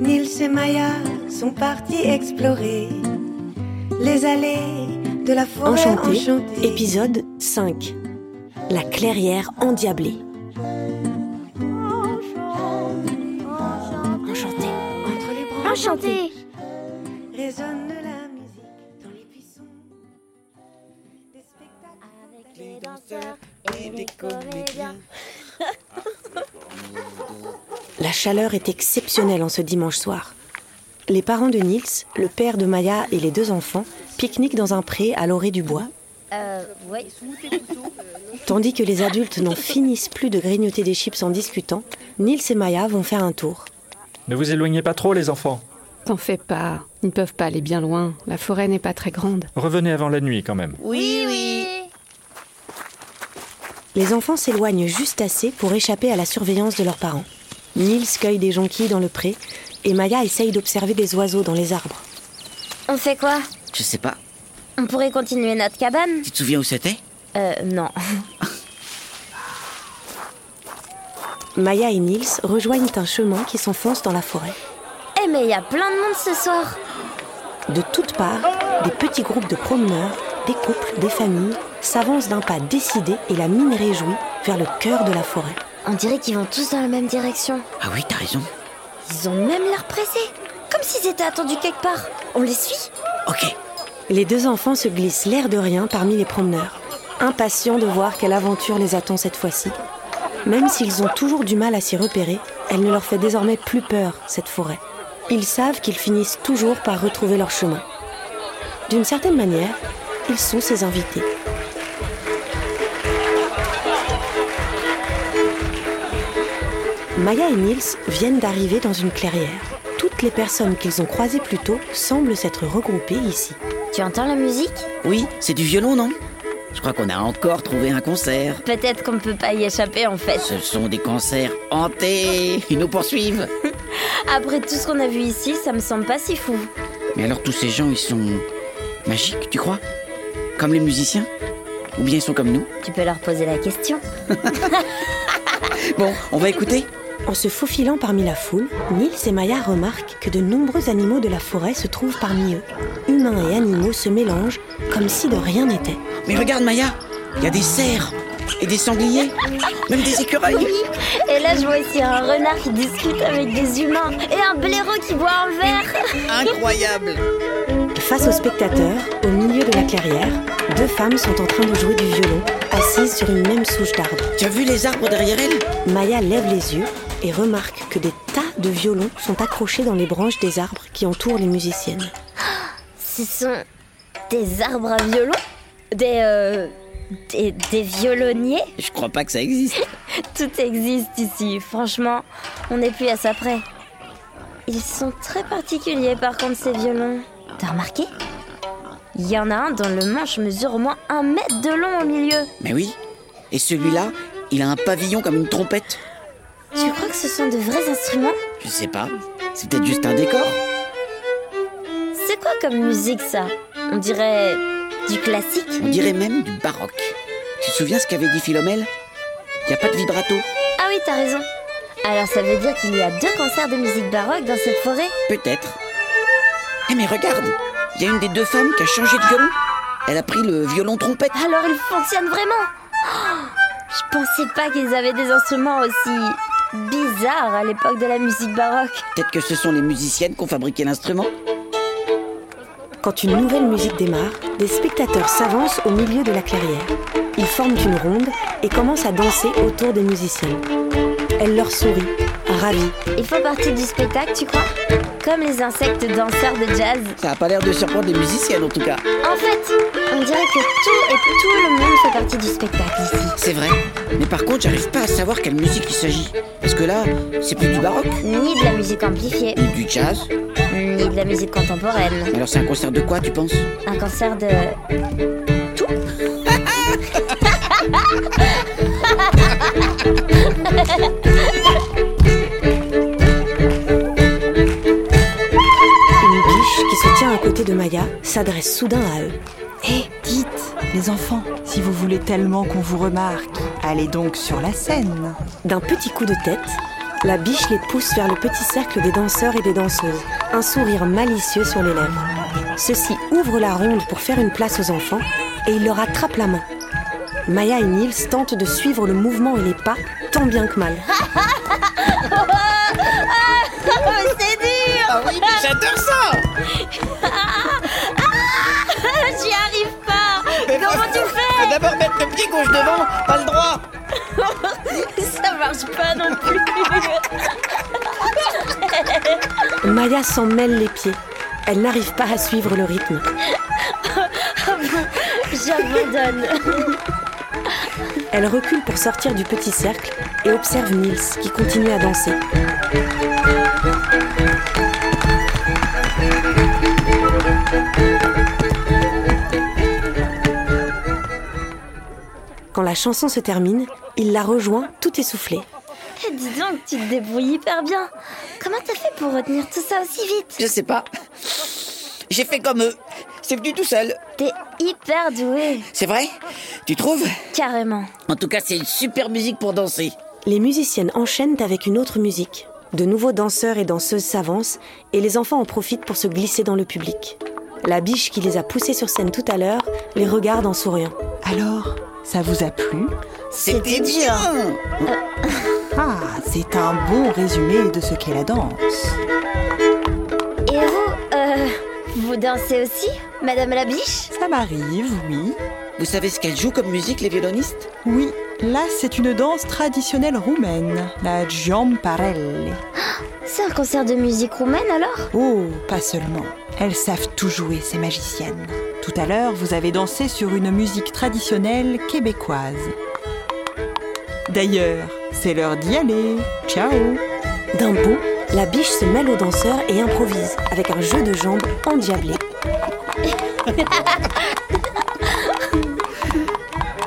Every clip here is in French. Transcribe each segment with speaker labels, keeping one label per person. Speaker 1: Nils et Maya sont partis explorer les allées de la forêt
Speaker 2: Enchanté,
Speaker 1: enchantée.
Speaker 2: épisode 5. La clairière endiablée. Enchanté.
Speaker 1: entre les branches
Speaker 3: Enchanté
Speaker 1: résonne la musique dans les buissons. Des spectacles
Speaker 3: Avec les danseurs et les comédiens.
Speaker 2: La chaleur est exceptionnelle en ce dimanche soir. Les parents de Nils, le père de Maya et les deux enfants pique-niquent dans un pré à l'orée du bois,
Speaker 3: Euh, ouais.
Speaker 2: tandis que les adultes n'en finissent plus de grignoter des chips en discutant. Nils et Maya vont faire un tour.
Speaker 4: Ne vous éloignez pas trop, les enfants.
Speaker 5: T'en fais pas, ils ne peuvent pas aller bien loin, la forêt n'est pas très grande.
Speaker 4: Revenez avant la nuit, quand même.
Speaker 3: Oui, oui
Speaker 2: Les enfants s'éloignent juste assez pour échapper à la surveillance de leurs parents. Nils cueille des jonquilles dans le pré et Maya essaye d'observer des oiseaux dans les arbres.
Speaker 3: On fait quoi
Speaker 6: Je sais pas.
Speaker 3: On pourrait continuer notre cabane
Speaker 6: Tu te souviens où c'était
Speaker 3: Euh, non.
Speaker 2: Maya et Nils rejoignent un chemin qui s'enfonce dans la forêt.
Speaker 3: Eh, mais il y a plein de monde ce soir
Speaker 2: De toutes parts, des petits groupes de promeneurs, des couples, des familles s'avancent d'un pas décidé et la mine réjouie vers le cœur de la forêt.
Speaker 3: On dirait qu'ils vont tous dans la même direction.
Speaker 6: Ah oui, t'as raison.
Speaker 3: Ils ont même l'air pressés Comme s'ils étaient attendus quelque part On les suit
Speaker 6: Ok.
Speaker 2: Les deux enfants se glissent l'air de rien parmi les promeneurs, impatients de voir quelle aventure les attend cette fois-ci. Même s'ils ont toujours du mal à s'y repérer, elle ne leur fait désormais plus peur, cette forêt. Ils savent qu'ils finissent toujours par retrouver leur chemin. D'une certaine manière, ils sont ses invités. Maya et Nils viennent d'arriver dans une clairière. Toutes les personnes qu'ils ont croisées plus tôt semblent s'être regroupées ici.
Speaker 3: Tu entends la musique
Speaker 6: Oui, c'est du violon, non Je crois qu'on a encore trouvé un concert.
Speaker 3: Peut-être qu'on peut pas y échapper en fait.
Speaker 6: Ce sont des concerts hantés. Ils nous poursuivent.
Speaker 3: Après tout ce qu'on a vu ici, ça me semble pas si fou.
Speaker 6: Mais alors tous ces gens, ils sont magiques, tu crois Comme les musiciens Ou bien ils sont comme nous
Speaker 3: Tu peux leur poser la question.
Speaker 6: Bon, on va écouter
Speaker 2: En se faufilant parmi la foule, Nils et Maya remarquent que de nombreux animaux de la forêt se trouvent parmi eux. Humains et animaux se mélangent comme si de rien n'était.
Speaker 6: Mais regarde Maya, il y a des cerfs et des sangliers, même des écureuils.
Speaker 3: Et là, je vois aussi un renard qui discute avec des humains et un blaireau qui boit un verre.
Speaker 6: Incroyable
Speaker 2: Face aux spectateurs, au milieu de la clairière, deux femmes sont en train de jouer du violon, assises sur une même souche d'arbres.
Speaker 6: Tu as vu les arbres derrière elle
Speaker 2: Maya lève les yeux et remarque que des tas de violons sont accrochés dans les branches des arbres qui entourent les musiciennes.
Speaker 3: Ce sont des arbres à violon, des euh, des, des violonniers.
Speaker 6: Je crois pas que ça existe.
Speaker 3: Tout existe ici. Franchement, on n'est plus à ça près. Ils sont très particuliers, par contre, ces violons. T'as remarqué Il y en a un dont le manche mesure au moins un mètre de long au milieu.
Speaker 6: Mais oui. Et celui-là, il a un pavillon comme une trompette.
Speaker 3: Tu crois que ce sont de vrais instruments
Speaker 6: Je sais pas. C'est peut-être juste un décor.
Speaker 3: C'est quoi comme musique ça On dirait du classique
Speaker 6: On dirait même du baroque. Tu te souviens ce qu'avait dit Philomèle Il a pas de vibrato.
Speaker 3: Ah oui, t'as raison. Alors ça veut dire qu'il y a deux concerts de musique baroque dans cette forêt
Speaker 6: Peut-être. Eh mais regarde Il y a une des deux femmes qui a changé de violon. Elle a pris le violon trompette.
Speaker 3: Alors ils fonctionnent vraiment Oh, Je pensais pas qu'ils avaient des instruments aussi bizarres à l'époque de la musique baroque.
Speaker 6: Peut-être que ce sont les musiciennes qui ont fabriqué l'instrument.
Speaker 2: Quand une nouvelle musique démarre, des spectateurs s'avancent au milieu de la clairière. Ils forment une ronde et commencent à danser autour des musiciennes. Elle leur sourit, ravie.
Speaker 3: Ils font partie du spectacle, tu crois Comme les insectes danseurs de jazz.
Speaker 6: Ça a pas l'air de surprendre les musiciennes en tout cas.
Speaker 3: En fait, on dirait que tout et tout le monde fait partie du spectacle ici.
Speaker 6: C'est vrai. Mais par contre, j'arrive pas à savoir quelle musique il s'agit. Parce que là, c'est plus du baroque.
Speaker 3: Ni de la musique amplifiée,
Speaker 6: Ni du jazz.
Speaker 3: ni de la musique contemporaine.
Speaker 6: Alors c'est un concert de quoi, tu penses
Speaker 3: Un concert de... Tout
Speaker 2: Une biche qui se tient à côté de Maya s'adresse soudain à eux.
Speaker 7: Eh, dites, les enfants, si vous voulez tellement qu'on vous remarque, allez donc sur la scène.
Speaker 2: D'un petit coup de tête, La biche les pousse vers le petit cercle des danseurs et des danseuses, un sourire malicieux sur les lèvres. Ceux-ci ouvrent la ronde pour faire une place aux enfants et ils leur attrapent la main. Maya et Nils tentent de suivre le mouvement et les pas, tant bien que mal.
Speaker 3: Oh, mais c'est dur
Speaker 6: Ah oui, mais j'adore ça
Speaker 3: Ah, J'y arrive pas
Speaker 6: Mais
Speaker 3: Comment tu fais
Speaker 6: Faut d'abord mettre le pied gauche devant, pas le droit
Speaker 3: Ça marche pas non plus
Speaker 2: Maya s'en mêle les pieds. Elle n'arrive pas à suivre le rythme.
Speaker 3: J'abandonne
Speaker 2: Elle recule pour sortir du petit cercle et observe Nils qui continue à danser. Quand la chanson se termine, il la rejoint tout essoufflé.
Speaker 3: Eh, Dis donc, tu te débrouilles hyper bien Comment t'as fait pour retenir tout ça aussi vite
Speaker 6: Je sais pas. J'ai fait comme eux. C'est venu tout seul.
Speaker 3: T'es hyper doué
Speaker 6: C'est vrai Tu trouves
Speaker 3: Carrément
Speaker 6: En tout cas, c'est une super musique pour danser.
Speaker 2: Les musiciennes enchaînent avec une autre musique. De nouveaux danseurs et danseuses s'avancent et les enfants en profitent pour se glisser dans le public. La biche qui les a poussés sur scène tout à l'heure les regarde en souriant.
Speaker 7: Alors, ça vous a plu
Speaker 6: C'était bien
Speaker 7: Ah, c'est un bon résumé de ce qu'est la danse.
Speaker 3: Et vous, euh, vous dansez aussi, Madame la biche
Speaker 7: Ça m'arrive, oui.
Speaker 6: Vous savez ce qu'elles jouent comme musique, les violonistes
Speaker 7: Oui, là, c'est une danse traditionnelle roumaine, la giamparelle.
Speaker 3: C'est un concert de musique roumaine alors
Speaker 7: Oh, pas seulement. Elles savent tout jouer, ces magiciennes. Tout à l'heure, vous avez dansé sur une musique traditionnelle québécoise. D'ailleurs, c'est l'heure d'y aller. Ciao
Speaker 2: D'un bond, la biche se mêle aux danseurs et improvise avec un jeu de jambes endiablé.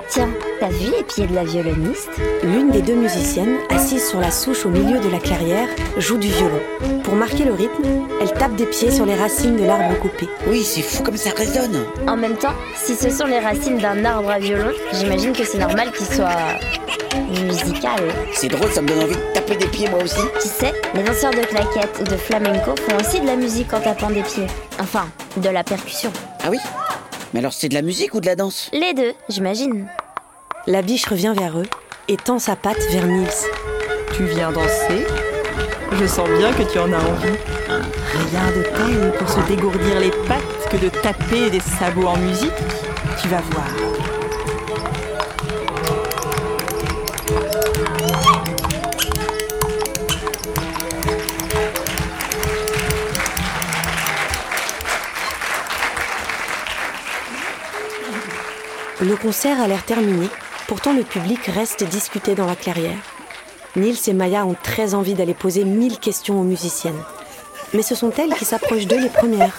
Speaker 3: Tiens, t'as vu les pieds de la violoniste
Speaker 2: L'une des deux musiciennes, assise sur la souche au milieu de la clairière, joue du violon. Pour marquer le rythme, elle tape des pieds sur les racines de l'arbre coupé.
Speaker 6: Oui, c'est fou comme ça résonne.
Speaker 3: En même temps, si ce sont les racines d'un arbre à violon, j'imagine que c'est normal qu'il soit musical.
Speaker 6: C'est drôle, ça me donne envie de taper des pieds moi aussi.
Speaker 3: Tu sais, les danseurs de claquettes ou de flamenco font aussi de la musique en tapant des pieds. Enfin, de la percussion.
Speaker 6: Ah oui Mais alors, c'est de la musique ou de la danse
Speaker 3: Les deux, j'imagine.
Speaker 2: La biche revient vers eux et tend sa patte vers Nils.
Speaker 7: Tu viens danser Je sens bien que tu en as envie. Rien de tel pour se dégourdir les pattes que de taper des sabots en musique. Tu vas voir.
Speaker 2: Le concert a l'air terminé, pourtant le public reste discuté dans la clairière. Nils et Maya ont très envie d'aller poser mille questions aux musiciennes. Mais ce sont elles qui s'approchent d'eux les premières.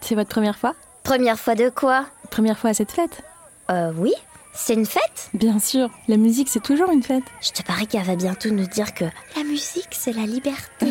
Speaker 8: C'est votre première fois
Speaker 3: Première fois de quoi
Speaker 8: Première fois à cette fête
Speaker 3: Euh, oui C'est une fête
Speaker 8: Bien sûr, la musique c'est toujours une fête.
Speaker 3: Je te parie qu'elle va bientôt nous dire que la musique, c'est la liberté.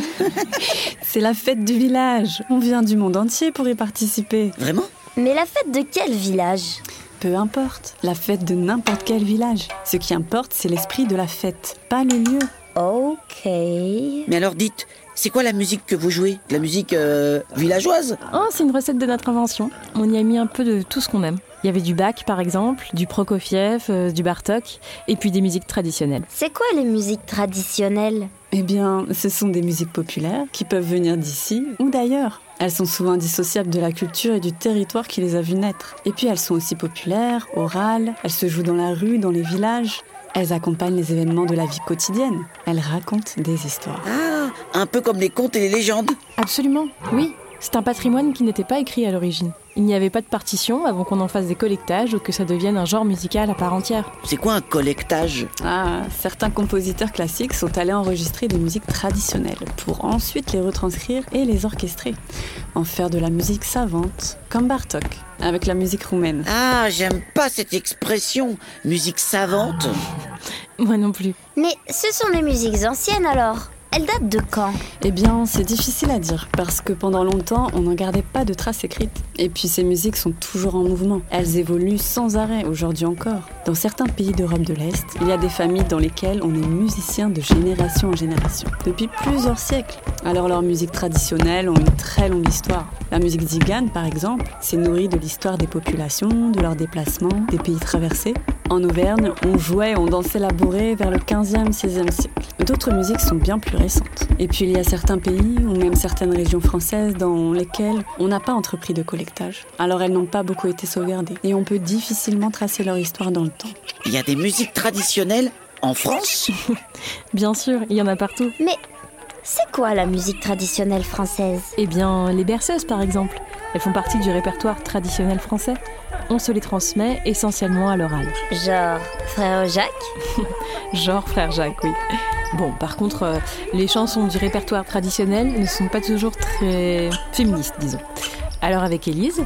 Speaker 8: C'est la fête du village. On vient du monde entier pour y participer.
Speaker 6: Vraiment
Speaker 3: Mais la fête de quel village
Speaker 8: Peu importe, la fête de n'importe quel village. Ce qui importe, c'est l'esprit de la fête, pas le lieu.
Speaker 3: Ok.
Speaker 6: Mais alors, dites, c'est quoi la musique que vous jouez La musique euh, villageoise
Speaker 8: Oh, c'est une recette de notre invention. On y a mis un peu de tout ce qu'on aime. Il y avait du Bach par exemple, du Prokofiev, euh, du Bartok, et puis des musiques traditionnelles.
Speaker 3: C'est quoi les musiques traditionnelles
Speaker 8: Eh bien, ce sont des musiques populaires qui peuvent venir d'ici ou d'ailleurs. Elles sont souvent indissociables de la culture et du territoire qui les a vues naître. Et puis elles sont aussi populaires, orales, elles se jouent dans la rue, dans les villages. Elles accompagnent les événements de la vie quotidienne. Elles racontent des histoires.
Speaker 6: Ah, un peu comme les contes et les légendes.
Speaker 8: Absolument, oui. C'est un patrimoine qui n'était pas écrit à l'origine. Il n'y avait pas de partition avant qu'on en fasse des collectages ou que ça devienne un genre musical à part entière.
Speaker 6: C'est quoi un collectage
Speaker 8: Ah, certains compositeurs classiques sont allés enregistrer des musiques traditionnelles pour ensuite les retranscrire et les orchestrer. En faire de la musique savante, comme Bartok, avec la musique roumaine.
Speaker 6: Ah, j'aime pas cette expression. Musique savante
Speaker 8: Moi non plus.
Speaker 3: Mais ce sont les musiques anciennes alors Elle date de quand
Speaker 8: Eh bien, c'est difficile à dire, parce que pendant longtemps, on n'en gardait pas de traces écrites. Et puis, ces musiques sont toujours en mouvement. Elles évoluent sans arrêt, aujourd'hui encore. Dans certains pays d'Europe de l'Est, il y a des familles dans lesquelles on est musicien de génération en génération, depuis plusieurs siècles. Alors, leurs musiques traditionnelles ont une très longue histoire. La musique zigane, par exemple, s'est nourrie de l'histoire des populations, de leurs déplacements, des pays traversés. En Auvergne, on jouait, on dansait la bourrée vers le 15e, 16e siècle. D'autres musiques sont bien plus récentes. Et puis il y a certains pays, ou même certaines régions françaises, dans lesquelles on n'a pas entrepris de collectage. Alors elles n'ont pas beaucoup été sauvegardées. Et on peut difficilement tracer leur histoire dans le temps.
Speaker 6: Il y a des musiques traditionnelles en France
Speaker 9: Bien sûr, il y en a partout.
Speaker 3: Mais c'est quoi la musique traditionnelle française
Speaker 9: Eh bien, les berceuses, par exemple. Elles font partie du répertoire traditionnel français. On se les transmet essentiellement à l'oral.
Speaker 3: Genre Frère Jacques
Speaker 9: Genre Frère Jacques, oui. Bon, par contre, euh, les chansons du répertoire traditionnel ne sont pas toujours très féministes, disons. Alors avec Élise,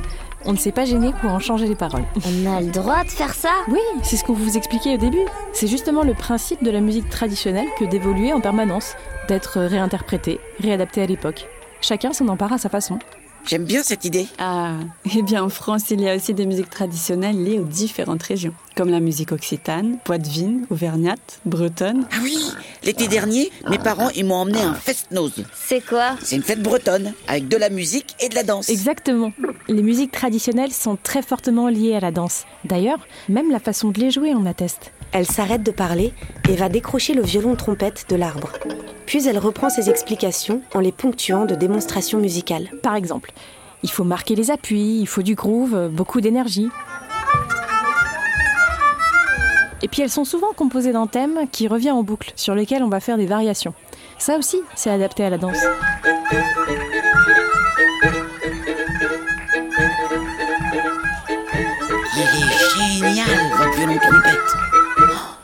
Speaker 9: on ne s'est pas gêné pour en changer les paroles.
Speaker 3: On a le droit de faire ça
Speaker 9: Oui, c'est ce qu'on vous expliquait au début. C'est justement le principe de la musique traditionnelle que d'évoluer en permanence, d'être réinterprétée, réadaptée à l'époque. Chacun s'en empare à sa façon.
Speaker 6: J'aime bien cette idée.
Speaker 8: Ah, eh bien en France, il y a aussi des musiques traditionnelles liées aux différentes régions, comme la musique occitane, poitevine, auvergnate, bretonne.
Speaker 6: Ah oui, l'été dernier, mes parents ils m'ont emmené à un fest-noz.
Speaker 3: C'est quoi
Speaker 6: C'est une fête bretonne, avec de la musique et de la danse.
Speaker 9: Exactement. Les musiques traditionnelles sont très fortement liées à la danse. D'ailleurs, même la façon de les jouer en atteste.
Speaker 2: Elle s'arrête de parler et va décrocher le violon trompette de l'arbre. Puis elle reprend ses explications en les ponctuant de démonstrations musicales.
Speaker 9: Par exemple, il faut marquer les appuis, il faut du groove, euh, beaucoup d'énergie. Et puis elles sont souvent composées d'un thème qui revient en boucle, sur lequel on va faire des variations. Ça aussi, c'est adapté à la danse.
Speaker 6: Il est génial, votre violon trompette. Oh,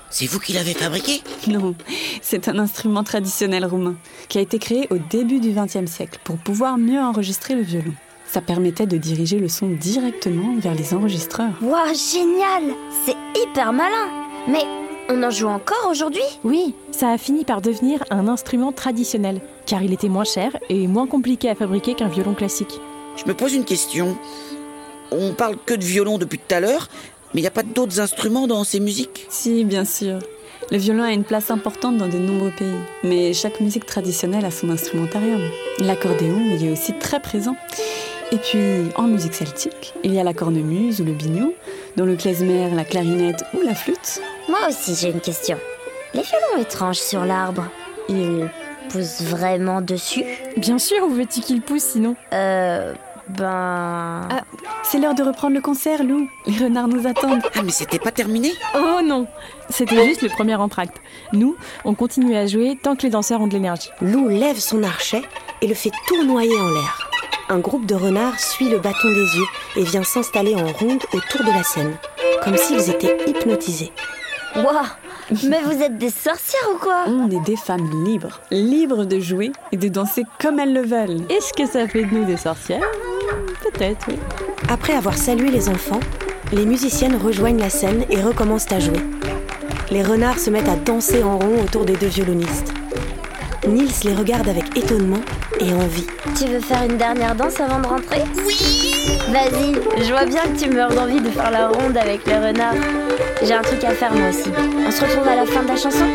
Speaker 6: C'est vous qui l'avez fabriqué
Speaker 8: Non, c'est un instrument traditionnel roumain qui a été créé au début du XXe siècle pour pouvoir mieux enregistrer le violon. Ça permettait de diriger le son directement vers les enregistreurs.
Speaker 3: Waouh, génial C'est hyper malin Mais on en joue encore aujourd'hui
Speaker 9: Oui, ça a fini par devenir un instrument traditionnel, car il était moins cher et moins compliqué à fabriquer qu'un violon classique.
Speaker 6: Je me pose une question. On parle que de violon depuis tout à l'heure, mais il n'y a pas d'autres instruments dans ces musiques
Speaker 8: Si, bien sûr. Le violon a une place importante dans de nombreux pays, mais chaque musique traditionnelle a son instrumentarium. L'accordéon y est aussi très présent. Et puis, en musique celtique, il y a la cornemuse ou le biniou, dans le klezmer, la clarinette ou la flûte.
Speaker 3: Moi aussi j'ai une question. Les violons étranges sur l'arbre, ils poussent vraiment dessus
Speaker 9: Bien sûr, où veux-tu qu'il pousse sinon
Speaker 3: Euh... Ben...
Speaker 8: Ah, c'est l'heure de reprendre le concert, Lou. Les renards nous attendent.
Speaker 6: Ah mais c'était pas terminé
Speaker 9: Oh non C'était juste le premier entracte. Nous, on continue à jouer tant que les danseurs ont de l'énergie.
Speaker 2: Lou lève son archet et le fait tournoyer en l'air. Un groupe de renards suit le bâton des yeux et vient s'installer en ronde autour de la scène, comme s'ils étaient hypnotisés.
Speaker 3: Waouh Mais vous êtes des sorcières ou quoi
Speaker 8: On est des femmes libres, libres de jouer et de danser comme elles le veulent.
Speaker 9: Est-ce que ça fait de nous des sorcières Peut-être, oui.
Speaker 2: Après avoir salué les enfants, les musiciennes rejoignent la scène et recommencent à jouer. Les renards se mettent à danser en rond autour des deux violonistes. Nils les regarde avec étonnement et envie.
Speaker 3: Tu veux faire une dernière danse avant de rentrer Oui Vas-y, je vois bien que tu meurs d'envie de faire la ronde avec les renards. J'ai un truc à faire moi aussi. On se retrouve à la fin de la chanson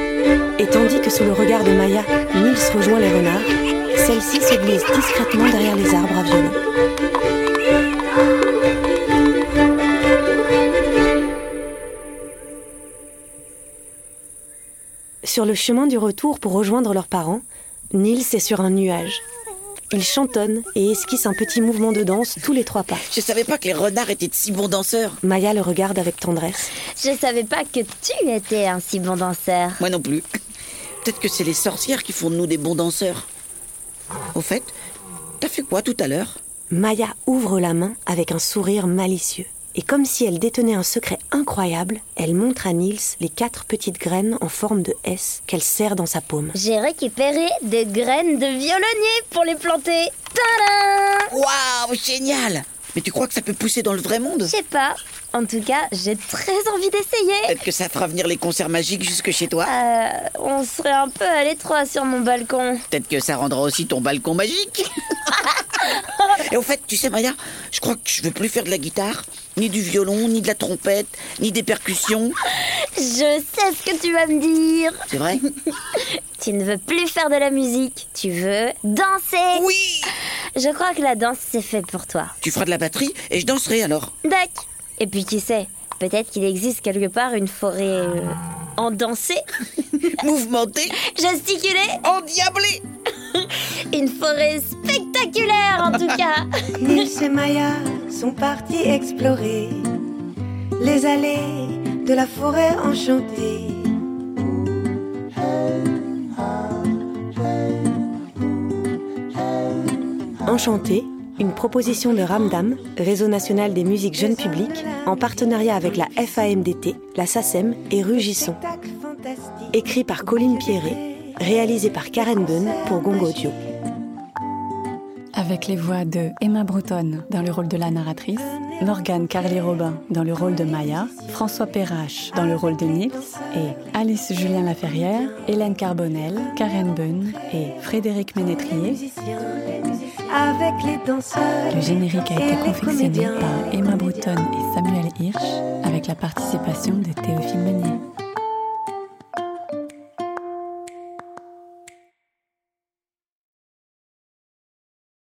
Speaker 2: Et tandis que sous le regard de Maya, Nils rejoint les renards, celle-ci se glisse discrètement derrière les arbres à violon. Sur le chemin du retour pour rejoindre leurs parents, Nils est sur un nuage. Il chantonne et esquisse un petit mouvement de danse tous les trois pas.
Speaker 6: Je savais pas que les renards étaient de si bons danseurs.
Speaker 2: Maya le regarde avec tendresse.
Speaker 3: Je savais pas que tu étais un si bon danseur.
Speaker 6: Moi non plus. Peut-être que c'est les sorcières qui font de nous des bons danseurs. Au fait, t'as fait quoi tout à l'heure
Speaker 2: Maya ouvre la main avec un sourire malicieux. Et comme si elle détenait un secret incroyable, elle montre à Nils les quatre petites graines en forme de S qu'elle serre dans sa paume.
Speaker 3: J'ai récupéré des graines de violonnier pour les planter. Tadam
Speaker 6: Waouh, génial Mais tu crois que ça peut pousser dans le vrai monde
Speaker 3: Je sais pas, En tout cas, j'ai très envie d'essayer.
Speaker 6: Peut-être que ça fera venir les concerts magiques jusque chez toi.
Speaker 3: Euh, on serait un peu à l'étroit sur mon balcon.
Speaker 6: Peut-être que ça rendra aussi ton balcon magique. Et au fait, tu sais, Maya, je crois que je veux plus faire de la guitare, ni du violon, ni de la trompette, ni des percussions.
Speaker 3: Je sais ce que tu vas me dire.
Speaker 6: C'est vrai
Speaker 3: Tu ne veux plus faire de la musique, tu veux danser.
Speaker 6: Oui
Speaker 3: Je crois que la danse, c'est fait pour toi.
Speaker 6: Tu feras de la batterie et je danserai alors.
Speaker 3: Dac Et puis qui sait, peut-être qu'il existe quelque part une forêt euh, en danser,
Speaker 6: Mouvementé,
Speaker 3: gesticulée,
Speaker 6: endiablé
Speaker 3: une forêt spectaculaire en tout cas.
Speaker 1: Nils et Maya sont partis explorer les allées de la forêt enchantée.
Speaker 2: Enchanté, une proposition de Ramdam, Réseau national des musiques jeunes publics, en partenariat avec la FAMDT, la SACEM E et Rugisson.
Speaker 1: Spectacle fantastique.
Speaker 2: Écrit par Colline Pierret, réalisé par Karen Dunn pour Gong Audio.
Speaker 8: Avec les voix de Emma Breton dans le rôle de la narratrice, Morgane Carly Robin dans le rôle de Maya, François Perrache dans le rôle de Nils et Alice Julien Laferrière, Hélène Carbonel, Karen Bunn et Frédéric Ménétrier.
Speaker 1: Musiciens, avec les danseurs.
Speaker 8: Le générique a
Speaker 1: et
Speaker 8: été
Speaker 1: les
Speaker 8: confectionné
Speaker 1: comédiens.
Speaker 8: par Emma Brouton et Samuel Hirsch avec la participation de Théophile Meunier.